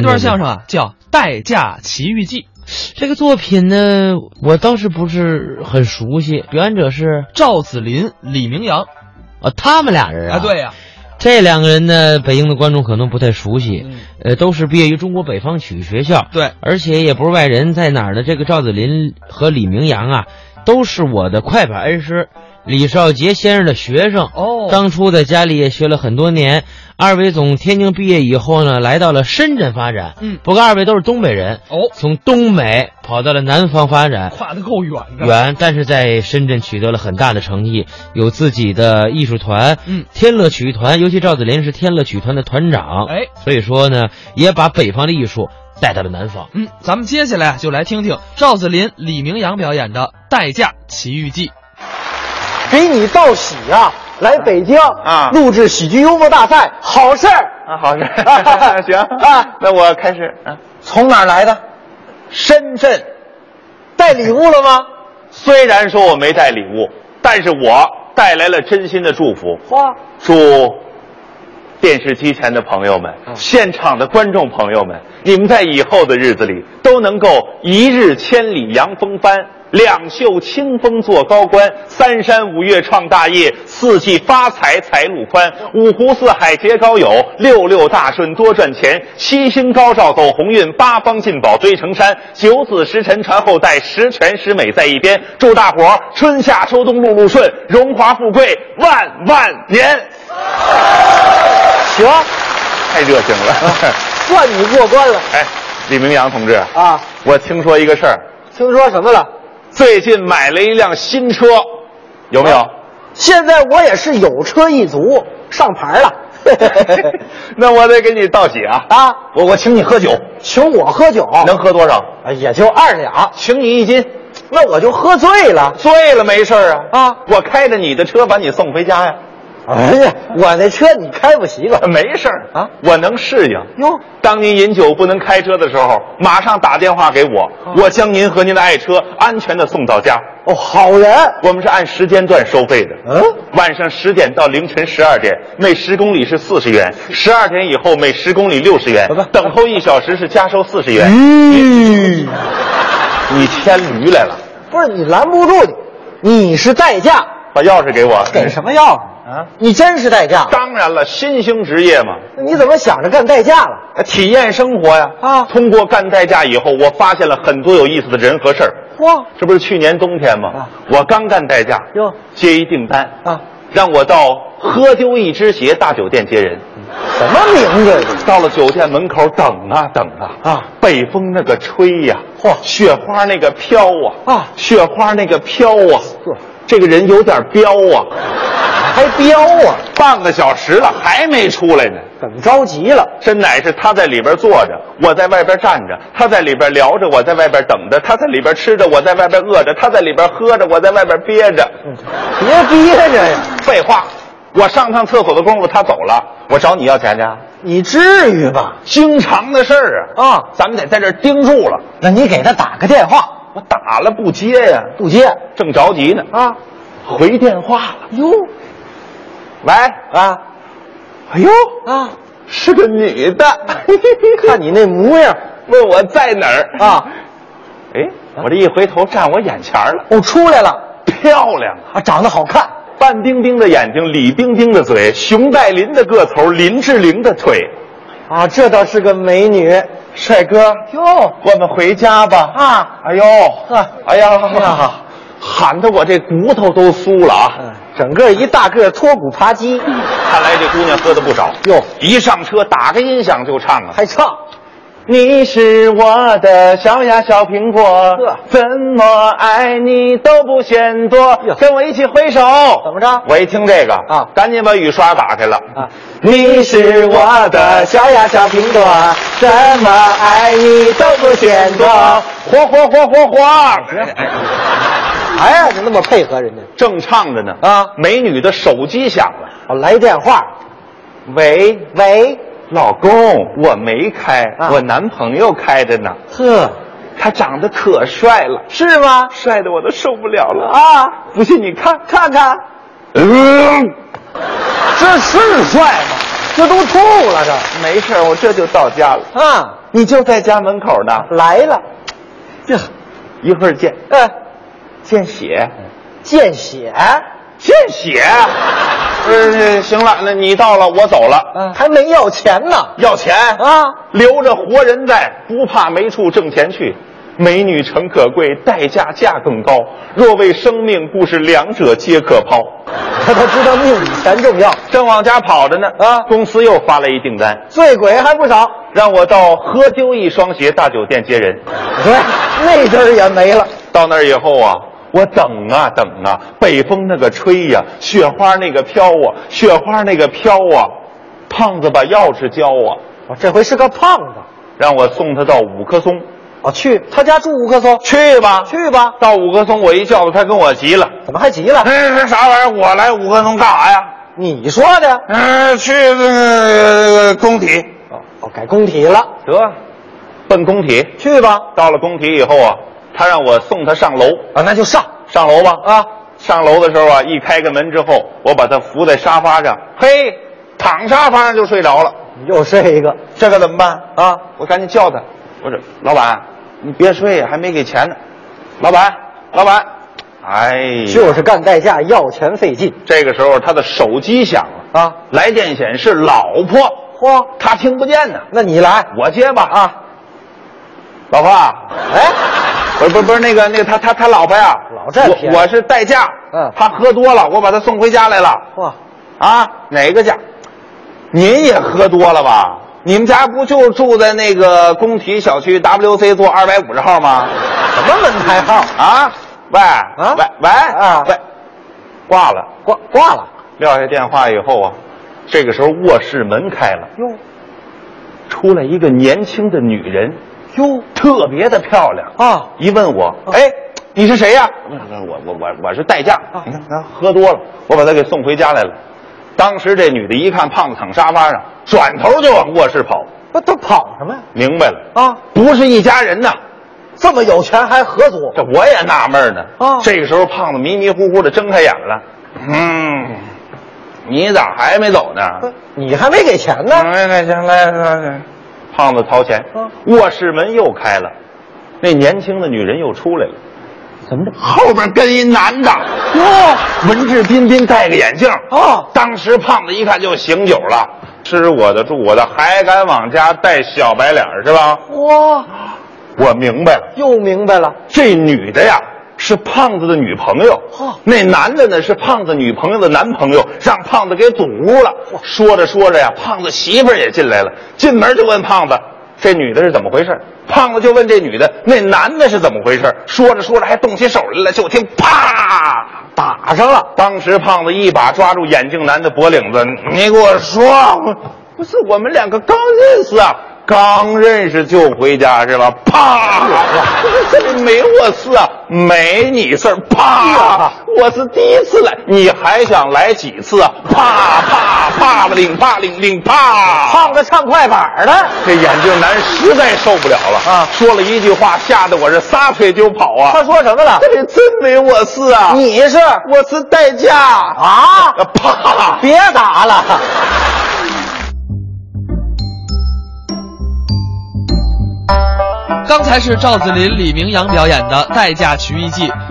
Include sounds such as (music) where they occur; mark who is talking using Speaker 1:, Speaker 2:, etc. Speaker 1: 这段相声啊叫《代驾奇遇记》，
Speaker 2: 这个作品呢，我倒是不是很熟悉。表演者是
Speaker 1: 赵子林、李明阳
Speaker 2: 啊，他们俩人啊，
Speaker 1: 啊，对呀、
Speaker 2: 这两个人呢，北京的观众可能不太熟悉，
Speaker 1: 嗯
Speaker 2: 呃，都是毕业于中国北方曲艺学校，
Speaker 1: 对，
Speaker 2: 而且也不是外人，在哪儿的这个赵子林和李明阳啊，都是我的快板恩师李少杰先生的学生。
Speaker 1: 哦
Speaker 2: 当初在家里也学了很多年。二位从天津毕业以后呢，来到了深圳发展。
Speaker 1: 嗯
Speaker 2: 不过二位都是东北人，
Speaker 1: 哦，
Speaker 2: 从东北跑到了南方发展。
Speaker 1: 跨得够远的，
Speaker 2: 远，但是在深圳取得了很大的成绩，有自己的艺术团，
Speaker 1: 嗯，
Speaker 2: 天乐曲艺团，尤其赵子林是天乐曲艺团的团长，
Speaker 1: 哎，
Speaker 2: 所以说呢，也把北方的艺术带到了南方。
Speaker 1: 嗯，咱们接下来就来听听赵子林、李明阳表演的《代驾奇遇记》。
Speaker 3: 给你道喜啊，来北京
Speaker 4: 啊
Speaker 3: 录制喜剧幽默大赛，好事儿，
Speaker 4: 啊，好事
Speaker 3: (laughs)
Speaker 4: 行
Speaker 3: 啊
Speaker 4: 那我开始啊。
Speaker 3: 从哪儿来的？
Speaker 4: 深圳，
Speaker 3: 带礼物了吗？
Speaker 4: 虽然说我没带礼物，但是我带来了真心的祝福，
Speaker 3: 花，
Speaker 4: 祝电视机前的朋友们、现场的观众朋友们，你们在以后的日子里都能够一日千里扬风帆，两袖清风做高官，三山五岳创大业，四季发财财路宽，五湖四海结高友，六六大顺多赚钱，七星高照走鸿运，八方进宝堆成山，九子时辰传后代，十全十美在一边。祝大伙儿春夏秋冬路路顺，荣华富贵万万年。
Speaker 3: 行，
Speaker 4: 太热情了。
Speaker 3: 算你过关了
Speaker 4: (laughs) 哎，李明阳同志，
Speaker 3: 啊！
Speaker 4: 我听说一个事儿，
Speaker 3: 听说什么了？
Speaker 4: 最近买了一辆新车，有没有？
Speaker 3: 现在我也是有车一族，上牌了。 (laughs)
Speaker 4: 那我得给你道喜啊！
Speaker 3: 啊，
Speaker 4: 我我请你喝酒，
Speaker 3: 请我喝酒，
Speaker 4: 能喝多少？
Speaker 3: 啊也就二两，
Speaker 4: 请你一斤。
Speaker 3: 那我就喝醉了。
Speaker 4: 醉了没事儿啊
Speaker 3: 啊！
Speaker 4: 我开着你的车把你送回家呀、
Speaker 3: 哎呀，我那车你开不习惯
Speaker 4: 没事儿
Speaker 3: 啊
Speaker 4: 我能适应。
Speaker 3: 哟，
Speaker 4: 当您饮酒不能开车的时候，马上打电话给我，我将您和您的爱车安全的送到家。
Speaker 3: 哦，好人，
Speaker 4: 我们是按时间段收费的。
Speaker 3: 嗯，
Speaker 4: 晚上十点到凌晨十二点，每十公里是四十元；
Speaker 3: 嗯
Speaker 4: 十二点以后每十公里六十元
Speaker 3: 不不，
Speaker 4: 等候一小时是加收四十元。
Speaker 3: 嗯。
Speaker 4: 你牵驴来了，
Speaker 3: 不是你拦不住你，你是代驾，
Speaker 4: 把钥匙给我。
Speaker 3: 给什么钥匙
Speaker 4: 啊？
Speaker 3: 你真是代驾？
Speaker 4: 当然了，新兴职业嘛，
Speaker 3: 你怎么想着干代驾了？
Speaker 4: 体验生活呀。
Speaker 3: 啊
Speaker 4: 通过干代驾以后，我发现了很多有意思的人和事儿。
Speaker 3: 嚯
Speaker 4: 这不是去年冬天吗
Speaker 3: 啊？
Speaker 4: 我刚干代驾，
Speaker 3: 哟
Speaker 4: 接一订单
Speaker 3: 啊，
Speaker 4: 让我到喝丢一只鞋大酒店接人。
Speaker 3: 什么名字这？
Speaker 4: 到了酒店门口等啊等啊
Speaker 3: 啊，
Speaker 4: 北风那个吹呀、
Speaker 3: 嚯
Speaker 4: 雪花那个飘啊
Speaker 3: 啊
Speaker 4: 雪花那个飘啊
Speaker 3: 呵，
Speaker 4: 这个人有点彪啊，
Speaker 3: 还彪啊？
Speaker 4: 半个小时了还没出来呢。
Speaker 3: 怎么着急了？
Speaker 4: 真乃是他在里边坐着，我在外边站着；他在里边聊着，我在外边等着；他在里边吃着，我在外边饿着；他在里边喝着，我在外边憋着。
Speaker 3: 嗯别憋着呀！
Speaker 4: 废话，我上趟厕所的功夫他走了，我找你要钱去啊？
Speaker 3: 你至于吗？
Speaker 4: 经常的事儿啊！
Speaker 3: 啊
Speaker 4: 咱们得在这儿盯住了。
Speaker 3: 那你给他打个电话，
Speaker 4: 我打了不接呀、
Speaker 3: 不接
Speaker 4: 正着急呢。
Speaker 3: 啊？
Speaker 4: 回电话了，
Speaker 3: 哟
Speaker 4: 喂
Speaker 3: 啊
Speaker 4: 哎呦，
Speaker 3: 啊！
Speaker 4: 是个女的，
Speaker 3: 看你那模样
Speaker 4: 问我在哪儿
Speaker 3: 啊？
Speaker 4: 哎，我这一回头站我眼前儿了，
Speaker 3: 哦，出来了
Speaker 4: 漂亮啊！
Speaker 3: 啊，长得好看，
Speaker 4: 范冰冰的眼睛，李冰冰的嘴，熊黛林的个头，林志玲的腿。
Speaker 3: 啊，这倒是个美女
Speaker 4: 帅哥，
Speaker 3: 哟
Speaker 4: 我们回家吧。
Speaker 3: 啊！
Speaker 4: 哎呦，哎
Speaker 3: 哎呀
Speaker 4: 呀，喊得我这骨头都酥了啊！
Speaker 3: 嗯，整个一大个脱骨扒鸡，
Speaker 4: 看来这姑娘喝的不少
Speaker 3: 哟
Speaker 4: 一上车打开音响就唱啊，
Speaker 3: 还唱。
Speaker 4: 你是我的小呀小苹果
Speaker 3: 呵，
Speaker 4: 怎么爱你都不嫌多
Speaker 3: 哟。
Speaker 4: 跟我一起挥手，
Speaker 3: 怎么着
Speaker 4: 我一听这个
Speaker 3: 啊
Speaker 4: 赶紧把雨刷打开了。
Speaker 3: 啊
Speaker 4: 你是我的小呀小苹果，怎么爱你都不嫌多。火火火火火！
Speaker 3: 哎呀，你那么配合人家，
Speaker 4: 正唱着呢
Speaker 3: 啊
Speaker 4: 美女的手机响了，
Speaker 3: 我来电话，
Speaker 4: 喂，
Speaker 3: 喂，
Speaker 4: 老公，我没开，
Speaker 3: 啊
Speaker 4: 我男朋友开的呢，
Speaker 3: 呵，
Speaker 4: 他长得可帅了，
Speaker 3: 是吗？
Speaker 4: 帅的我都受不了了啊！
Speaker 3: 啊，
Speaker 4: 不信你看
Speaker 3: 看
Speaker 4: 看，
Speaker 3: 看，
Speaker 4: 嗯，
Speaker 3: 这是帅吗？这都吐了这，
Speaker 4: 没事儿，我这就到家了。
Speaker 3: 啊，
Speaker 4: 你就在家门口呢。
Speaker 3: 来了，
Speaker 4: 这一会儿见，
Speaker 3: 哎，
Speaker 4: 见血，
Speaker 3: 见血，啊
Speaker 4: 见血。不是，行了，那你到了，我走了。
Speaker 3: 嗯，还没要钱呢，
Speaker 4: 要钱
Speaker 3: 啊，
Speaker 4: 留着活人在，不怕没处挣钱去。美女诚可贵，代价价更高。若为生命故事，两者皆可抛。
Speaker 3: 他他知道命比钱重要，
Speaker 4: 正往家跑着呢，
Speaker 3: 啊
Speaker 4: 公司又发了一订单，
Speaker 3: 醉鬼还不少，
Speaker 4: 让我到河丢一双鞋大酒店接人。
Speaker 3: 不是那阵儿也没了，
Speaker 4: 到那儿以后啊，我等啊等啊，北风那个吹呀、雪花那个飘啊，雪花那个飘啊，胖子把钥匙交啊，
Speaker 3: 我这回是个胖子，
Speaker 4: 让我送他到五棵松。
Speaker 3: 我哦去他家住五棵松，
Speaker 4: 去吧，
Speaker 3: 去吧，
Speaker 4: 到五棵松，我一叫他，他跟我急了。
Speaker 3: 怎么还急了？
Speaker 4: 哎，这啥玩意儿？我来五棵松干啥呀？
Speaker 3: 你说的，
Speaker 4: 嗯，去呃工体。
Speaker 3: 我哦改工体了，
Speaker 4: 得，奔工体。
Speaker 3: 去吧，
Speaker 4: 到了工体以后啊，他让我送他上楼。
Speaker 3: 啊，那就上，
Speaker 4: 上楼吧啊！上楼的时候啊，一开开门之后，我把他扶在沙发上，嘿，躺沙发上就睡着了。
Speaker 3: 你又睡一个，
Speaker 4: 这可、怎么办啊？我赶紧叫他，我说老板，你别睡呀，还没给钱呢。老板，老板，哎呀，
Speaker 3: 就是干代驾要钱费劲
Speaker 4: 这个时候他的手机响了，
Speaker 3: 啊，
Speaker 4: 来电显示老婆，
Speaker 3: 嚯，
Speaker 4: 他听不见呢。
Speaker 3: 那你来，
Speaker 4: 我接吧啊，老婆啊，
Speaker 3: 哎，
Speaker 4: 不是不是不是那个那个他他他老婆呀，
Speaker 3: 老占便宜
Speaker 4: 我我是代驾，
Speaker 3: 嗯
Speaker 4: 他喝多了，我把他送回家来了，
Speaker 3: 嚯，
Speaker 4: 啊，哪个家？您也喝多了吧？你们家不就住在那个工体小区 WC 座二百五十号吗？
Speaker 3: 什么门牌号？
Speaker 4: 啊，喂啊喂喂
Speaker 3: 啊
Speaker 4: 喂，挂了，
Speaker 3: 挂挂了，
Speaker 4: 撂下电话以后啊，这个时候卧室门开了，
Speaker 3: 哟
Speaker 4: 出来一个年轻的女人，
Speaker 3: 哟
Speaker 4: 特别的漂亮。
Speaker 3: 啊，
Speaker 4: 一问我，哎，你是谁呀、我我我我是代驾。
Speaker 3: 啊
Speaker 4: 你看，他喝多了，我把他给送回家来了。当时这女的一看胖子躺沙发上，转头就往卧室跑，
Speaker 3: 那都跑什么呀？
Speaker 4: 明白了，
Speaker 3: 啊，
Speaker 4: 不是一家人呐。
Speaker 3: 这么有钱还合租
Speaker 4: 这我也纳闷呢。
Speaker 3: 啊
Speaker 4: 这个时候胖子迷迷糊糊的睁开眼了，嗯，你咋还没走呢？
Speaker 3: 啊你还没给钱呢？
Speaker 4: 来来行，来来来，胖子掏钱
Speaker 3: 啊，
Speaker 4: 卧室门又开了，那年轻的女人又出来了。
Speaker 3: 怎么着？
Speaker 4: 后边跟一男的，
Speaker 3: 哟
Speaker 4: 文质彬彬，戴个眼镜。
Speaker 3: 啊，
Speaker 4: 当时胖子一看就醒酒了，吃我的，住我的，还敢往家带小白脸儿是吧？
Speaker 3: 哇，
Speaker 4: 我明白了，
Speaker 3: 又明白了，
Speaker 4: 这女的呀是胖子的女朋友
Speaker 3: 哦，
Speaker 4: 那男的呢是胖子女朋友的男朋友，让胖子给堵屋了。说着说着呀，胖子媳妇儿也进来了，进门就问胖子。这女的是怎么回事？胖子就问这女的，那男的是怎么回事？说着说着还动起手来了，就听啪，
Speaker 3: 打上了。
Speaker 4: 当时胖子一把抓住眼镜男的脖领子，你给我说，不是我们两个刚认识啊，刚认识就回家是吧？啪！这里没我事啊，没你事儿。啪！我是第一次来，你还想来几次啊？啪啪啪吧，领啪领领啪！
Speaker 3: 胖子唱快板的，
Speaker 4: 这眼镜男实在受不了了
Speaker 3: 啊
Speaker 4: 说了一句话，吓得我是撒腿就跑啊！
Speaker 3: 他说什么了
Speaker 4: 这？里真没我事啊！
Speaker 3: 你是
Speaker 4: 我是代驾啊！
Speaker 3: 啊？
Speaker 4: 啪！
Speaker 3: 别打了，
Speaker 1: 刚才是赵子林、李明阳表演的《代驾曲艺记》。